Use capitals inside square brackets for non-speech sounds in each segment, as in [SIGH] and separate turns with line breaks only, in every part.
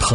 他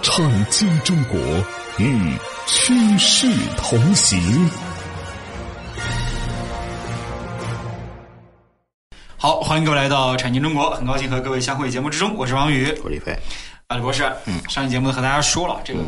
创新中国与趋势同行。
好，欢迎各位来到《产经中国》，很高兴和各位相会节目之中，我是王宇，
我李飞，嗯
啊，李博士。嗯，上期节目和大家说了这个。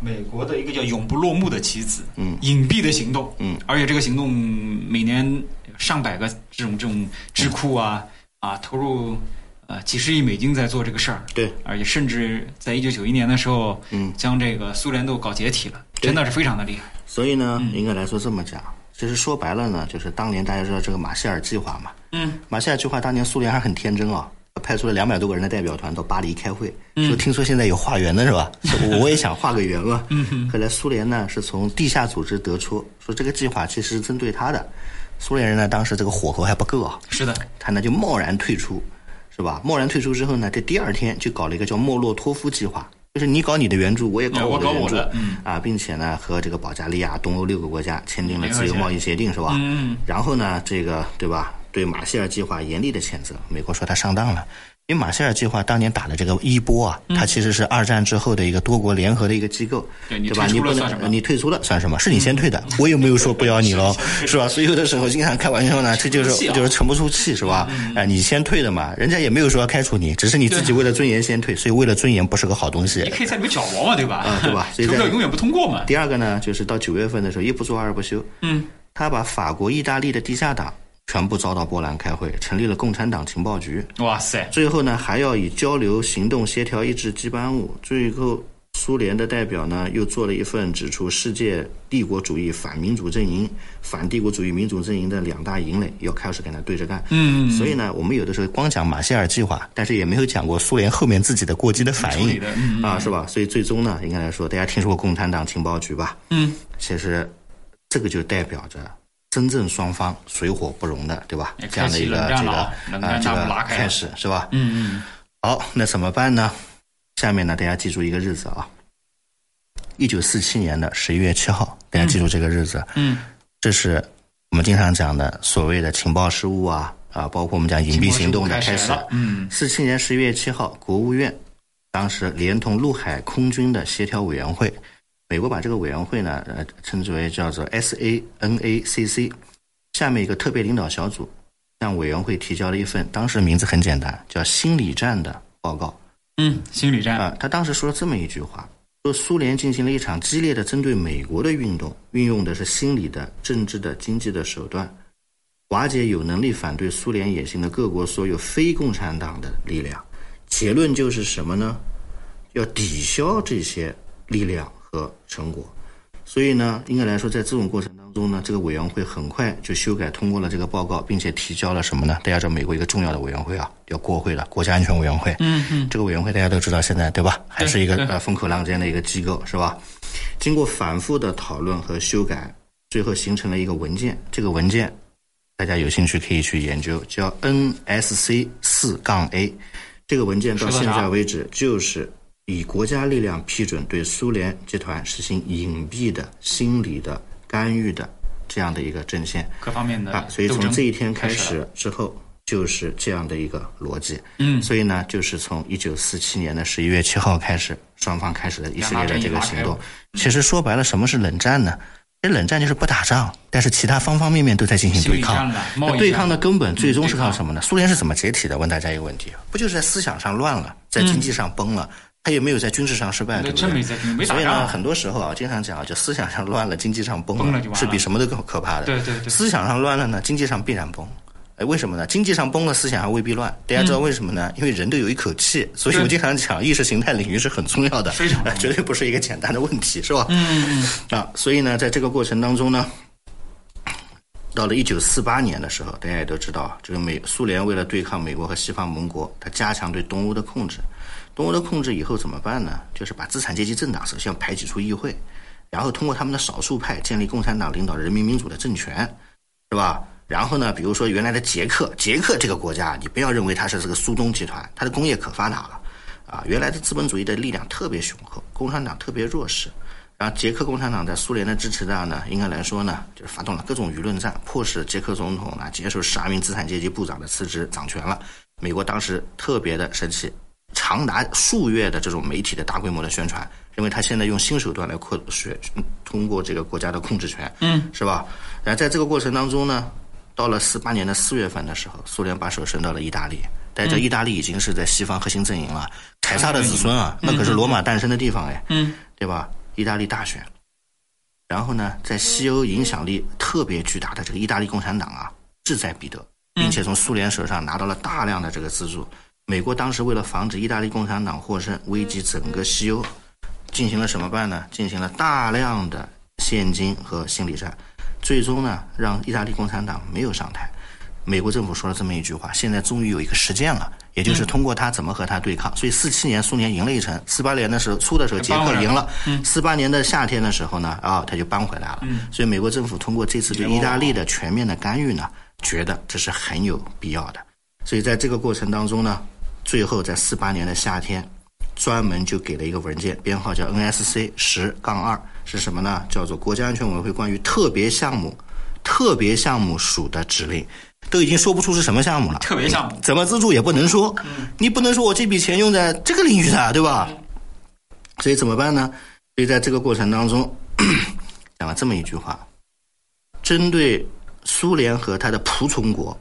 美国的一个叫“永不落幕”的棋子，嗯，隐蔽的行动，
嗯，
而且这个行动每年上百个这种这种智库啊、啊投入呃几十亿美金在做这个事儿，
嗯对，
而且甚至在一九九一年的时候，嗯，将这个苏联都搞解体了，真的是非常的厉害，
所以呢，应该来说这么讲，其实说白了呢，就是当年大家知道这个马歇尔计划嘛，
嗯，
马歇尔计划当年苏联还很天真啊、派出了两百多个人的代表团到巴黎开会，说听说现在有化缘的是吧？我我也想化个缘嘛。后来苏联呢是从地下组织得出，说这个计划其实是针对他的。苏联人呢当时这个火候还不够啊，
是的，
他呢就贸然退出，是吧？贸然退出之后呢，这第二天就搞了一个叫莫洛托夫计划，就是你搞你的援助，我也搞
哎我
的
搞我
援助
的，嗯
啊，并且呢和这个保加利亚、东欧六个国家签订了自由
联合
贸易协定，是吧？嗯。然后呢，这个对吧？对马歇尔计划严厉的谴责，美国说他上当了。因为马歇尔计划当年打的这个一波啊，它其实是二战之后的一个多国联合的一个机构，
嗯对
对
你
吧？
退出
你
了
不
算什么嗯
能，你退出了算什么？是你先退的，我又没有说不要你
[LAUGHS]
喽，是吧？所以有的时候经常开玩笑呢，这就是
气啊
就是沉不住气，是吧？
嗯
哎，你先退的嘛，人家也没有说要开除你，只是你自己为了尊严先退，所以为了尊严不是个好东西
啊你。可以在里面搅黄嘛，对吧？
啊对吧所以
投 [LAUGHS]
在
票永远不通过嘛，
第二个呢，就是到九月份的时候，一不做二不休。
嗯，
他把法国、意大利的地下党全部招到波兰开会，成立了共产党情报局。
哇塞，
最后呢，还要以交流、行动、协调、意志羁绊物。最后，苏联的代表呢又做了一份指出世界帝国主义反民主阵营、反帝国主义民主阵营的两大营垒，要开始跟他对着干。嗯，所以呢，我们有的时候光讲马歇尔计划，但是也没有讲过苏联后面自己的过激的反
处理
应
的嗯
啊，是吧？所以最终呢，应该来说，大家听说过共产党情报局吧？
嗯，
其实这个就代表着。真正双方水火不容的，对吧
也？
这样的一个
开启冷战
这
了
个
啊
啊、
冷战
这
大幕
个
拉开了
开始是吧？
嗯嗯。
好，那怎么办呢？下面呢，大家记住一个日子啊，一九四七年的十一月七号，大家记住这个日子。
嗯，
这是我们经常讲的所谓的情报失误啊啊，包括我们讲隐蔽行动的
情报
开
失误开
始
始了。嗯，
四七年十一月七号，国务院当时连同陆海空军的协调委员会，美国把这个委员会呢，呃，称之为叫做 SANACC，下面一个特别领导小组向委员会提交了一份，当时名字很简单，叫心理战的报告。
嗯，心理战，
啊，他当时说了这么一句话，说苏联进行了一场激烈的针对美国的运动，运用的是心理的、政治的、经济的手段，瓦解有能力反对苏联野心的各国所有非共产党的力量。结论就是什么呢？要抵消这些力量和成果。所以呢，应该来说，在这种过程当中呢，这个委员会很快就修改通过了这个报告，并且提交了什么呢？大家知道，美国一个重要的委员会啊，叫国会的国家安全委员会。嗯嗯，这个委员会大家都知道，现在对吧？还是一个呃风口浪尖的一个机构，是吧？经过反复的讨论和修改，最后形成了一个文件。这个文件大家有兴趣可以去研究，叫 NSC 四杠 A。这个文件到现在为止就是以国家力量批准对苏联集团实行隐蔽的、心理的干预的这样的一个阵线
各方面的
啊，所以
斗
从
争
这一天开
始了，
始之后。就是这样的一个逻辑，
嗯
所以呢，就是从一九四七年的十一月七号开始，双方开始了一系列的这个行
两大阵营拉
动
开。嗯
其实说白了，什么是冷战呢？这冷战就是不打仗，但是其他方方面面都在进行
心
对
理
抗
战。了，贸易
对抗的根本最终是
对抗
靠什么呢？苏联是怎么解体的？问大家一个问题，啊不就是在思想上乱了，在经济上崩了，他也没有在军事上失败，
对
对不
真没
对
在军没打
所以呢，
仗
很多时候啊，经常讲啊，就思想上乱了，经济上崩
崩了就完了
是比什么都更可怕的。
对对对
思想上乱了呢，经济上必然崩。哎，为什么呢？经济上崩了，思想还未必乱。大家
嗯
知道为什么呢？因为人都有一口气，所以
对
我经常讲，意识形态领域是很重要的，
非常重要
[LAUGHS] 绝对不是一个简单的问题，是吧？嗯嗯。啊，所以呢，在这个过程当中呢，到了一九四八年的时候，大家也都知道，这个美苏联为了对抗美国和西方盟国，它加强对东欧的控制，东欧的控制以后怎么办呢？就是把资产阶级政党首先排挤出议会，然后通过他们的少数派建立共产党领导人民民主的政权，是吧？然后呢，比如说原来的捷克，捷克这个国家，你不要认为它是这个苏东集团，它的工业可发达了，啊，原来的资本主义的力量特别雄厚，共产党特别弱势。然后捷克共产党在苏联的啊支持下呢，应该来说呢，就是发动了各种舆论战，迫使捷克总统呢接受十二名资产阶级部长的辞职，掌权了。美国当时特别的生气，长达数月的这种媒体的大规模的宣传，认为他现在用新手段来扩学通过这个国家的控制权，嗯，是吧？然后在这个过程当中呢，到了四八年的四月份的时候，苏联把手伸到了意大利，但这意大利已经是在西方核心阵营了，凯撒的子孙啊，那可是罗马诞生的地方哎，
嗯，
对吧？意大利大选，然后呢，在西欧影响力特别巨大的这个意大利共产党啊，志在必得，并且从苏联手上拿到了大量的这个资助。美国当时为了防止意大利共产党获胜，危及整个西欧，进行了什么办呢？进行了大量的现金和心理战，最终呢，让意大利共产党没有上台。美国政府说了这么一句话：现在终于有一个实践了，也就是通过他怎么和他对抗。所以四七年苏联赢了一城，四八年的时候初的时候捷克赢了，四八年的夏天的时候呢，啊、他就搬回来了。所以美国政府通过这次对意大利的全面的干预呢，觉得这是很有必要的。所以在这个过程当中呢，最后在四八年的夏天，专门就给了一个文件，编号叫 NSC 十杠二，是什么呢？叫做国家安全委员会关于特别项目、特别项目属的指令。都已经说不出是什么项目了，
特别项目
怎么资助也不能说，你不能说我这笔钱用在这个领域的，对吧？所以怎么办呢？所以在这个过程当中， [CLEARS THROAT] 讲了这么一句话：针对苏联和他的仆从国，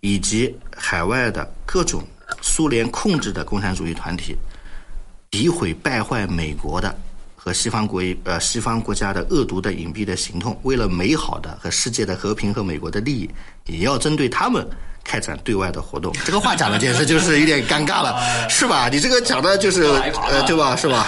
以及海外的各种苏联控制的共产主义团体，诋毁败坏美国的和西方国呃西方国家的恶毒的隐蔽的行动，为了美好的和世界的和平和美国的利益，也要针对他们开展对外的活动。这个话讲的简直就是有点尴尬了，是吧？ [LAUGHS] 你这个讲的就是呃对吧？ [LAUGHS] 是吧？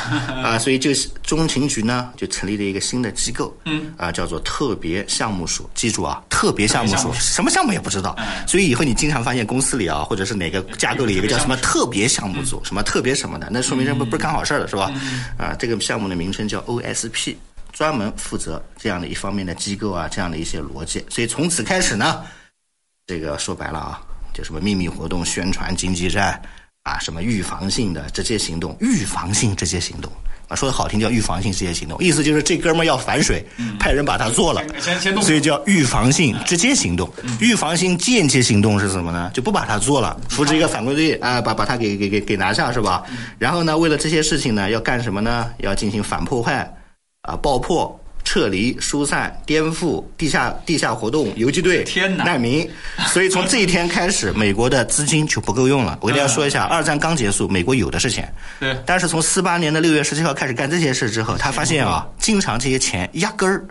啊、所以就是中情局呢就成立了一个新的机构，嗯，啊、叫做特别项目署。记住啊，特别项目
特别项
署
目署
什么项目也不知道，所以以后你经常发现公司里啊，或者是哪个架构里有个叫什么特别项目嗯组，什么特别什么的，那说明这不不是干好事儿了，是吧？啊，这个项目的名称叫 OSP，专门负责这样的一方面的机构啊，这样的一些逻辑。所以从此开始呢，这个说白了啊，就什么秘密活动、宣传、经济战啊，什么预防性的这些行动，预防性这些行动啊，说的好听叫预防性这些行动，意思就是这哥们儿要反水，派人把他做了，
嗯先先动手嗯
所以叫预防性直接行动。预防性间接行动是什么呢？就不把他做了，扶持一个反规队啊，把把他给给给给拿下是吧？
嗯
然后呢，为了这些事情呢，要干什么呢？要进行反破坏。啊，爆破、撤离、疏散、颠覆、地下地下活动、游击队、
天哪
难民。所以从这一天开始，美国的资金就不够用了。我跟大家说一下，二战刚结束，美国有的是钱，
嗯对
但是从四八年的六月十七号开始干这些事之后，他发现
嗯
啊，经常这些钱压根儿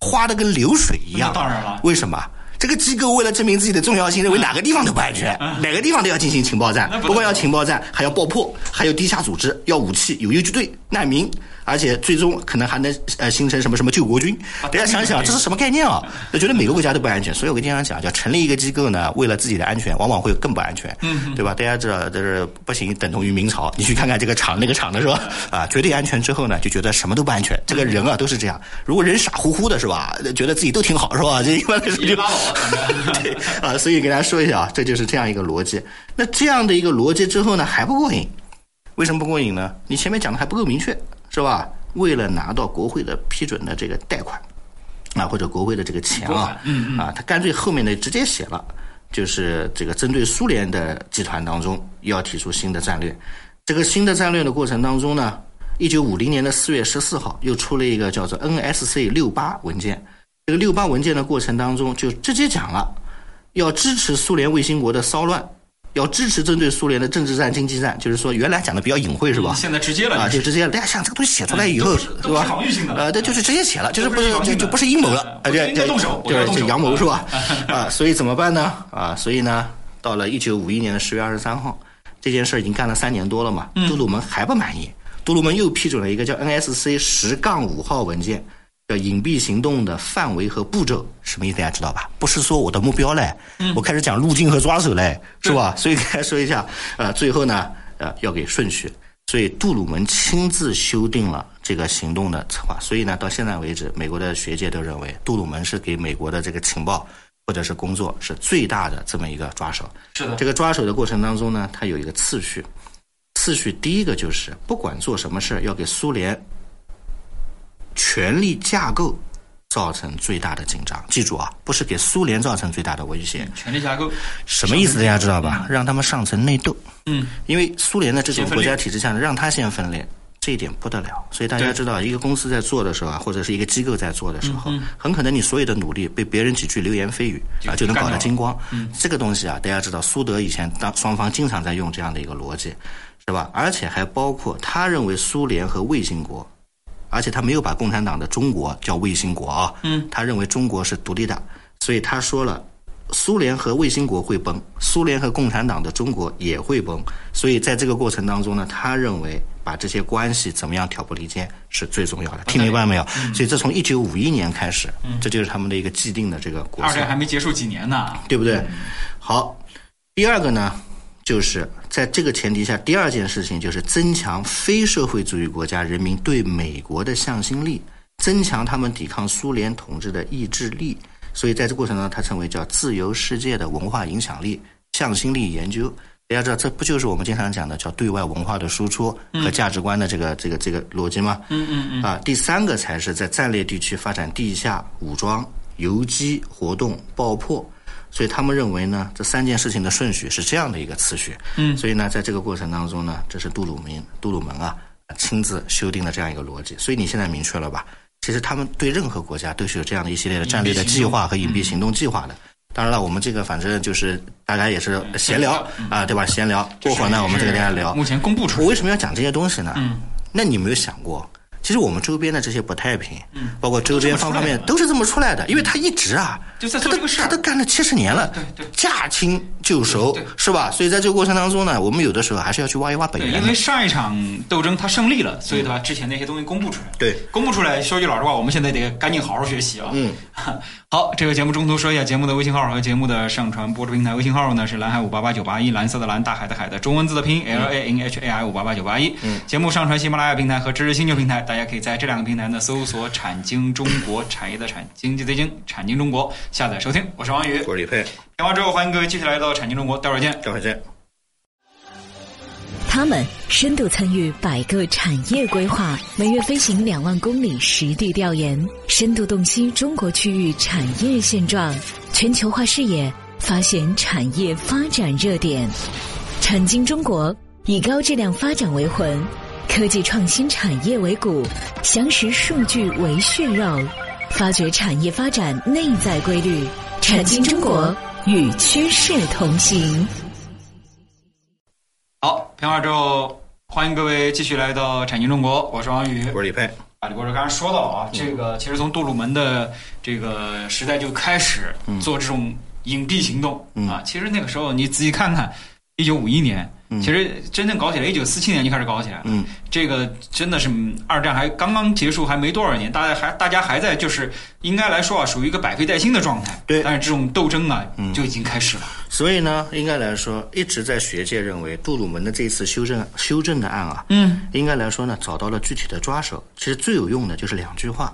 花的跟流水一样。
那当然了嗯
为什么？这个机构为了证明自己的重要性，认为哪个地方都不安全，哪个地方都要进行情报战
那，不
不光要情报战，还要爆破，还有地下组织，要武器，有游击队、难民，而且最终可能还能呃形成什么什么救国军。大家想想，这是什么概念啊？就觉得每个国家都不安全，所以我跟经常讲，叫成立一个机构呢，为了自己的安全，往往会更不安全，
嗯
对吧？大家知道，就是不行，等同于明朝，你去看看这个厂那个厂的是吧？啊，绝对安全之后呢，就觉得什么都不安全。这个人啊都是这样，如果人傻乎乎的是吧，觉得自己都挺好是吧？这一般来说
一
就
拉倒反正
[LAUGHS] 对啊，所以给大家说一下啊，这就是这样一个逻辑。那这样的一个逻辑之后呢，还不过瘾，为什么不过瘾呢？你前面讲的还不够明确，是吧？为了拿到国会的批准的这个贷款，啊，或者国会的这个钱
国
啊
款，
啊，他干脆后面呢直接写了，就是这个针对苏联的集团当中要提出新的战略。这个新的战略的过程当中呢，一九五零年的四月十四号又出了一个叫做 NSC 六八文件。这个六八文件的过程当中就直接讲了，要支持苏联卫星国的骚乱。要支持针对苏联的政治战、经济战，就是说原来讲的比较隐晦是吧？
嗯现在直接了
啊，
就
就是直接，大家想这个东西写出来以后，
嗯都不
是
是
吧？
都不是防御性的了
呃，对，就是直接写了，就是不
[LAUGHS]
是
都不是防御
就
性的
就不是阴谋了，
嗯
啊，这
我应该动手我应该
对，
动手
这阳谋是
[LAUGHS]
吧？啊，所以怎么办呢？啊，所以呢，到了一九五一年的十月二十三号，这件事儿已经干了三年多了嘛，
嗯
杜鲁门还不满意，杜鲁门又批准了一个叫 NSC 十杠五号文件。叫隐蔽行动的范围和步骤什么意思？大家知道吧？不是说我的
嗯
目标嘞，我开始讲路径和抓手嘞，是吧？所以给大家说一下，呃，最后呢，啊、的要给顺序。所以杜鲁门亲自修订了这个行动的策划。所以呢，到现在为止，美国的学界都认为杜鲁门是给美国的这个情报或者是工作是最大的这么一个抓手。
是的，
这个抓手的过程当中呢，它有一个次序，次序第一个就是不管做什么事儿，要给苏联权力架构造成最大的紧张。记住啊，不是给苏联造成最大的威胁，
权力架构
什么意思？大家知道吧？让他们上层内斗。
嗯，
因为苏联的这种
先分
国
裂
家体制下，让它先分裂，这一点不得了。所以大家
对
知道，一个公司在做的时候啊，或者是一个机构在做的时候，很可能你所有的努力被别人几句流言蜚语
嗯就
啊，就能
干
搞
掉了
得
嗯
精光。这个东西啊，大家知道，苏德以前当双方经常在用这样的一个逻辑，是吧？而且还包括他认为苏联和卫星国。而且他没有把共产党的中国叫卫星国啊，嗯，他认为中国是独立的，所以他说了，苏联和卫星国会崩，苏联和共产党的中国也会崩，所以在这个过程当中呢，他认为把这些关系怎么样挑拨离间是最重要的，听明白没有？
嗯
所以这从一九五一年开始，这就是他们的一个既定的这个国
二
策
战，还没结束几年呢，
对不对？好，第二个呢，就是在这个前提下，第二件事情就是增强非社会主义国家人民对美国的向心力，增强他们抵抗苏联统治的意志力。所以在这过程中，它称为叫自由世界的文化影响力向心力研究。大家知道，这不就是我们经常讲的叫对外文化的输出和价值观的这个、这个这个逻辑吗？嗯嗯嗯。啊，第三个才是在战略地区发展地下武装、游击活动、爆破。所以他们认为呢，这三件事情的顺序是这样的一个次序。嗯，所以呢，在这个过程当中呢，这是杜鲁门，杜鲁门啊亲自修订了这样一个逻辑。所以你现在明确了吧？其实他们对任何国家都是有这样的一系列的战略的计划和隐蔽行动计划的。当然了，我们这个反正就是大家也是闲聊
嗯
啊，对吧？闲聊，过会儿呢，我们再跟大家聊。
目前公布出
我
来，
为什么要讲这些东西呢？
嗯
那你有没有想过，其实我们周边的这些不太平，
嗯
包括周边方方面面都是这么出来的，因为他一直啊，
嗯就在做这个事儿
他都他都干了七十年了，驾轻就熟
对对，
是吧？所以在这个过程当中呢，我们有的时候还是要去挖一挖本
对，嗯
源
因
的
为。上一场斗争他胜利了，所以的话，之前那些东西公布出来，
对
公布出来。说句老实话，我们现在得赶紧好好学习啊。嗯， [LAUGHS] 好，这个节目中途说一下节目的微信号和节目的上传播出平台。微信号呢是蓝海五八八九八一，蓝色的蓝，大海的海的中文字的拼音 L A N H A I 五八八九八一。节目上传喜马拉雅平台和知识星球平台，大家可以在这两个平台呢搜索“产经中国”，产业的产，经济的经，产经中国下载收听。我是王宇，
我是李佩，
听完之后欢迎各位继续来到产经中国，待会儿见。
赵海珍。
他们深度参与百个产业规划，每月飞行两万公里实地调研，深度洞悉中国区域产业现状，全球化视野，发现产业发展热点。产经中国以高质量发展为魂，科技创新产业为骨，详实数据为血肉，发掘产业发展内在规律。产经中国与趋势同行。
好，评完之后，欢迎各位继续来到产经中国，我是王宇。
是李嗯佩，
啊，李博士刚才说到啊，这个其实从杜鲁门的这个时代就开始
嗯
做这种隐蔽行动、啊。其实那个时候你仔细看看，一九五一年，其实真正搞起来，一九四七年就开始搞起来了。
嗯
这个真的是嗯二战还刚刚结束，还没多少年，大家还大家还在就是应该来说啊，属于一个百废待兴的状态。
对嗯
但是这种斗争啊，就已经开始了。
所以呢，应该来说，一直在学界认为杜鲁门的这一次修正修正的案啊，
嗯，
应该来说呢，找到了具体的抓手。其实最有用的就是两句话，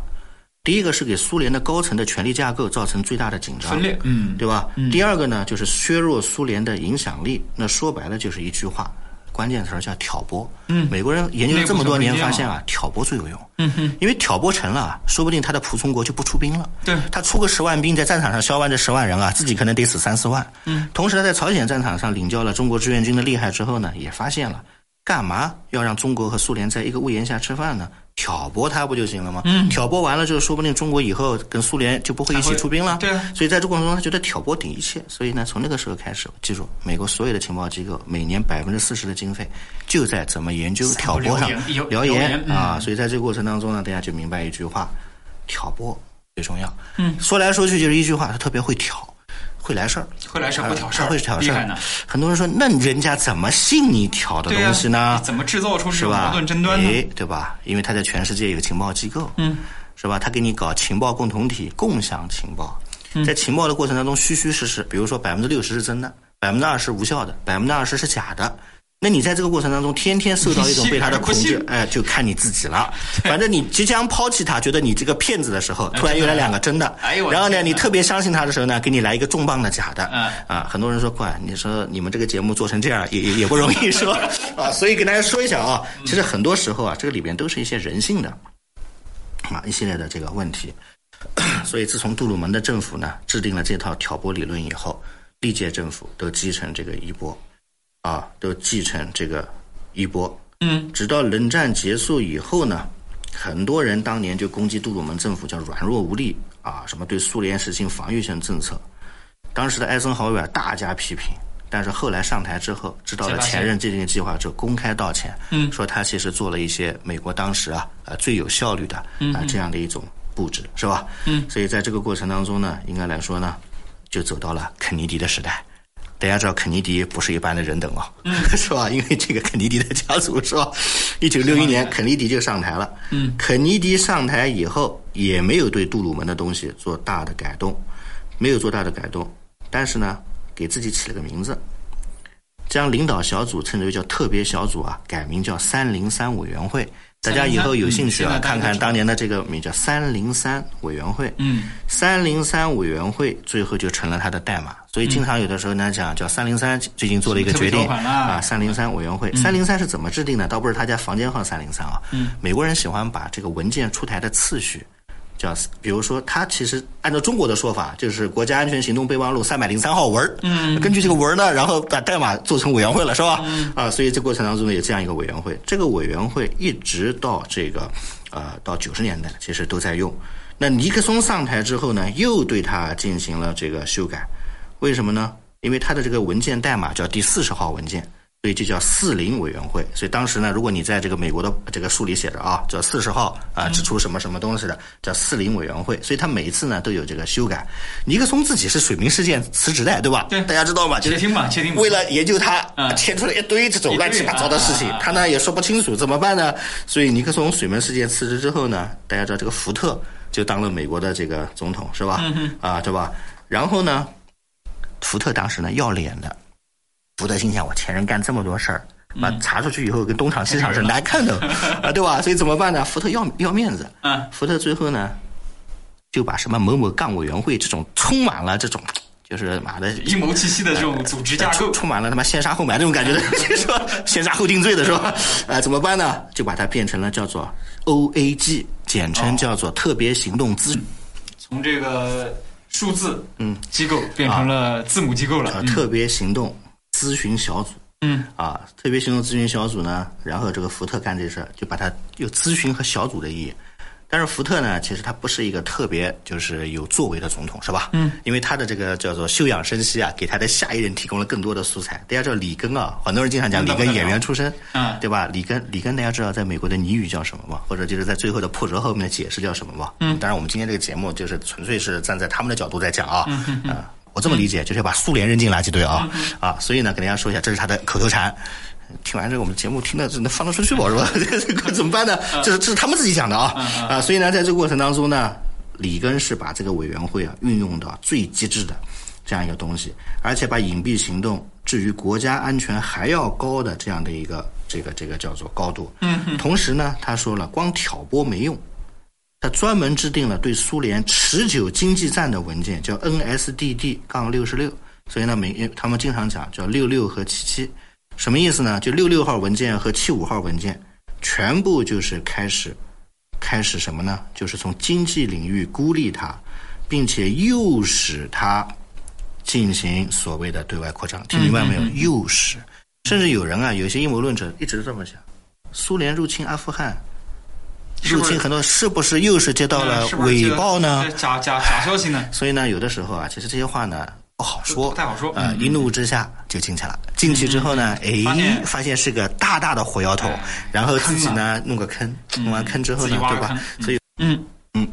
第一个是给苏联的高层的权力架构造成最大的紧张，
分裂，嗯，
对吧？第二个呢，就是削弱苏联的影响力。那说白了就是一句话，关键词儿叫挑拨。嗯，美国人研究了这么多年，
内部
发
小
现啊，挑拨最有用。嗯哼，因为挑拨成了啊，说不定他的仆从国就不出兵了。
对
他出个十万兵，在战场上消完这十万人啊，自己可能得死三四万。嗯，同时他在朝鲜战场上领教了中国志愿军的厉害之后呢，也发现了。干嘛要让中国和苏联在一个屋檐下吃饭呢？挑拨他不就行了吗？嗯，挑拨完了之后，说不定中国以后跟苏联就不会一
还
起
会
出兵了。
对啊
所以在这过程中，他觉得挑拨顶一切。所以呢，从那个时候开始，记住，美国所有的情报机构每年百分之四十的经费就在怎么研究挑拨
流
上
言有
谣
有
言
言
啊。
嗯
所以在这个过程当中呢，大家就明白一句话：挑拨最重要。嗯，说来说去就是一句话，他特别会挑，会来事儿。
会来事儿会挑事
他
儿，
会挑
厉
事
害
儿
呢。
很多人说，那人家怎么信你挑的
对呀、
东西呢？
你怎么制造出这
是
种
吧？
矛盾争端呢？
哎，对吧？因为他在全世界有情报机构，嗯，是吧？他给你搞情报共同体，共享情报。
嗯
在情报的过程当中，虚虚实实，比如说百分之六十是真的，百分之二十无效的，百分之二十是假的。那你在这个过程当中，天天受到一种被他的控
信而
制
不信，
哎，就看你自己
[LAUGHS]
了。反正你即将抛弃他，觉得你这个骗子的时候，突然又来两个真的。
哎呦我的
然后呢，
天哪
你特别相信他的时候呢，给你来一个重磅的假的。
嗯
啊，很多人说，怪你说你们这个节目做成这样， [LAUGHS] 也也也不容易，是吧？啊， [LAUGHS] 所以跟大家说一下啊，其实很多时候啊，这个里边都是一些人性的啊一系列的这个问题。 [COUGHS] 所以，自从杜鲁门的政府呢制定了这套挑拨理论以后，历届政府都继承这个衣钵，啊，都继承这个衣钵。
嗯，
直到冷战结束以后呢，很多人当年就攻击杜鲁门政府叫软弱无力啊，什么对苏联实行防御性政策，当时的艾森豪威尔大加批评。但是后来上台之后，知道了
才发现
前任制定的计划之后，公开道歉，
嗯
说他其实做了一些美国当时啊呃最有效率的啊这样的一种布置，是吧？
嗯，
所以在这个过程当中呢，应该来说呢，就走到了肯尼迪的时代。大家知道肯尼迪不是一般的人等哦， [LAUGHS] 是吧？因为这个肯尼迪的家族是吧？一九六一年肯尼迪就上台了。嗯，肯尼迪上台以后也没有对杜鲁门的东西做大的改动，没有做大的改动，但是呢，给自己起了个名字，将领导小组称之为叫特别小组啊，改名叫三零三委员会。大家以后有兴趣啊，
303
看看当年的这个名叫三零三委员会。
嗯，
三零三委员会最后就成了它的代码，所以经常有的时候呢讲叫三零三最近做了一个决
特别条
定
款嗯啦
啊，三零三委员会。三零三是怎么制定的？倒不是他家房间号三零三啊，
嗯
美国人喜欢把这个文件出台的次序。叫，比如说，它其实按照中国的说法，就是《国家安全行动备忘录》三百零三号文儿，嗯，根据这个文儿呢，然后把代码做成委员会了，是吧？啊，所以这过程当中呢，有这样一个委员会，这个委员会一直到这个，呃，到九十年代其实都在用。那尼克松上台之后呢，又对它进行了这个修改，为什么呢？因为它的这个文件代码叫第四十号文件，所以就叫四零委员会。所以当时呢，如果你在这个美国的这个书里写着啊，叫四十号啊，
嗯
指出什么什么东西的，叫四零委员会。所以他每一次呢都有这个修改。尼克松自己是水明事件辞职的，对吧？
对
大家知道吧？就是
窃听嘛窃听嘛
为了研究他
嗯，
牵出了一堆这种乱七八糟的事情
一堆啊啊啊，
他呢也说不清楚，怎么办呢？所以尼克松水门事件辞职之后呢，大家知道这个福特就当了美国的这个总统，是
嗯
吧？啊，对吧？然后呢，福特当时呢要脸的，福特心想我前任干这么多事儿，把
嗯
查出去以后跟东厂西
[LAUGHS]
厂是难看的啊，对吧？所以怎么办呢？福特要要面子，
嗯
福特最后呢就把什么某某杠委员会这种充满了这种。就是妈的
阴谋气息的这
哎
种组织架构
充，充满了他妈先杀后买这种感觉的， [LAUGHS] 是吧？先杀后定罪的是吧？ [LAUGHS] 呃，怎么办呢？就把它变成了叫做 OAG，简
哦
称叫做特别行动咨询
从这个数字嗯机构变成了字母机构了
呃，
嗯
特别行动咨询小组。
嗯
啊，特别行动咨询小组呢，然后这个福特干这事儿，就把它有咨询和小组的意义。但是福特呢，其实他不是一个特别就是有作为的总统，是吧？嗯，因为他的这个叫做休养生息啊，给他的下一任提供了更多的素材。大家知道里根啊，很多人经常讲里根演员出身，
嗯
对吧？里根，里根大家知道在美国的俚语叫什么吗？或者就是在最后的破折后面的解释叫什么吗？嗯，当然我们今天这个节目就是纯粹是站在他们的角度在讲啊，嗯、我这么理解就是要把苏联扔进垃圾堆啊、啊，所以呢，给大家说一下，这是他的口头禅。听完这个我们节目，听到这能放得出去吧？是吧？ [LAUGHS] 这个怎么办呢？这是这是他们自己讲的啊啊！所以呢，在这个过程当中呢，里根是把这个委员会啊运用到最极致的这样一个东西，而且把隐蔽行动置于国家安全还要高的这样的一个这个这个叫做高度。嗯，同时呢，他说了，光挑拨没用，他专门制定了对苏联持久经济战的文件，叫 NSDD 杠六十六。所以呢，每因为他们经常讲叫六六和七七，什么意思呢？就六六号文件和七五号文件，全部就是开始开始什么呢？就是从经济领域孤立它，并且诱使它进行所谓的对外扩张。听明白没有？诱使，甚至有人啊，有些阴谋论者一直这么想：苏联入侵阿富汗，
是
入
不是嗯
侵很多，是不是又是接到了
是不是这
伪
个
报呢
这？假假假消息呢？
所以呢，有的时候啊，其实这些话呢不好说，
不太好说
呃，
嗯
一怒之下就进去了。进去之后呢，
发
哎
现，
发现是个大大的火药桶
哎，嗯
然后自己呢弄个坑，弄完坑之后
自
呢，
己挖
对
个
吧
坑？嗯
所以，
嗯
嗯，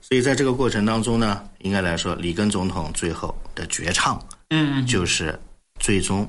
所以在这个过程当中呢，应该来说，里根总统最后的绝唱
嗯，
就是最终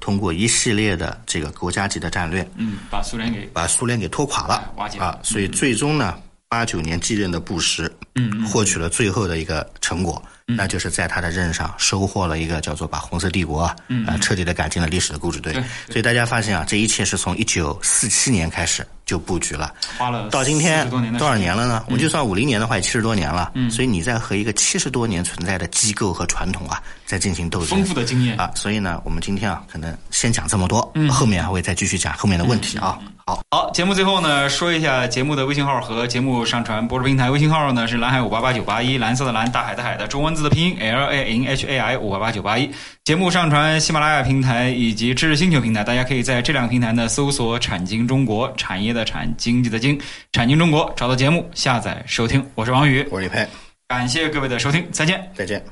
通过一系列的这个国家级的战略，
嗯，把苏联给
把苏联给拖垮了
瓦解了
啊，
嗯
所以最终呢，八九年继任的布什，嗯，获取了最后的一个成果，那就是在他的任上收获了一个叫做把红色帝国啊、
嗯
呃彻底的赶进了历史的故事队。所以大家发现啊，这一切是从一九四七年开始就布局了，
花了
到今天
40多年呃的时间嗯
多少年了呢？我们就算五零年的话，也七十多年了。所以你在和一个七十多年存在的机构和传统啊，在进行斗争。
丰富的经验
啊，所以呢，我们今天啊，可能先讲这么多，
嗯
后面还会再继续讲后面的问题啊。好，
好，节目最后呢，说一下节目的微信号和节目上传播出平台。微信号呢是蓝海五八八九八一，蓝色的蓝，大海的海的中文字的拼音 L A N H A I 五八八九八一。节目上传喜马拉雅平台以及知识星球平台，大家可以在这两个平台呢搜索“产经中国”，产业的产，经济的经，产经中国找到节目，下载收听。我是王宇，
我是李佩，
感谢各位的收听，再见。
再见。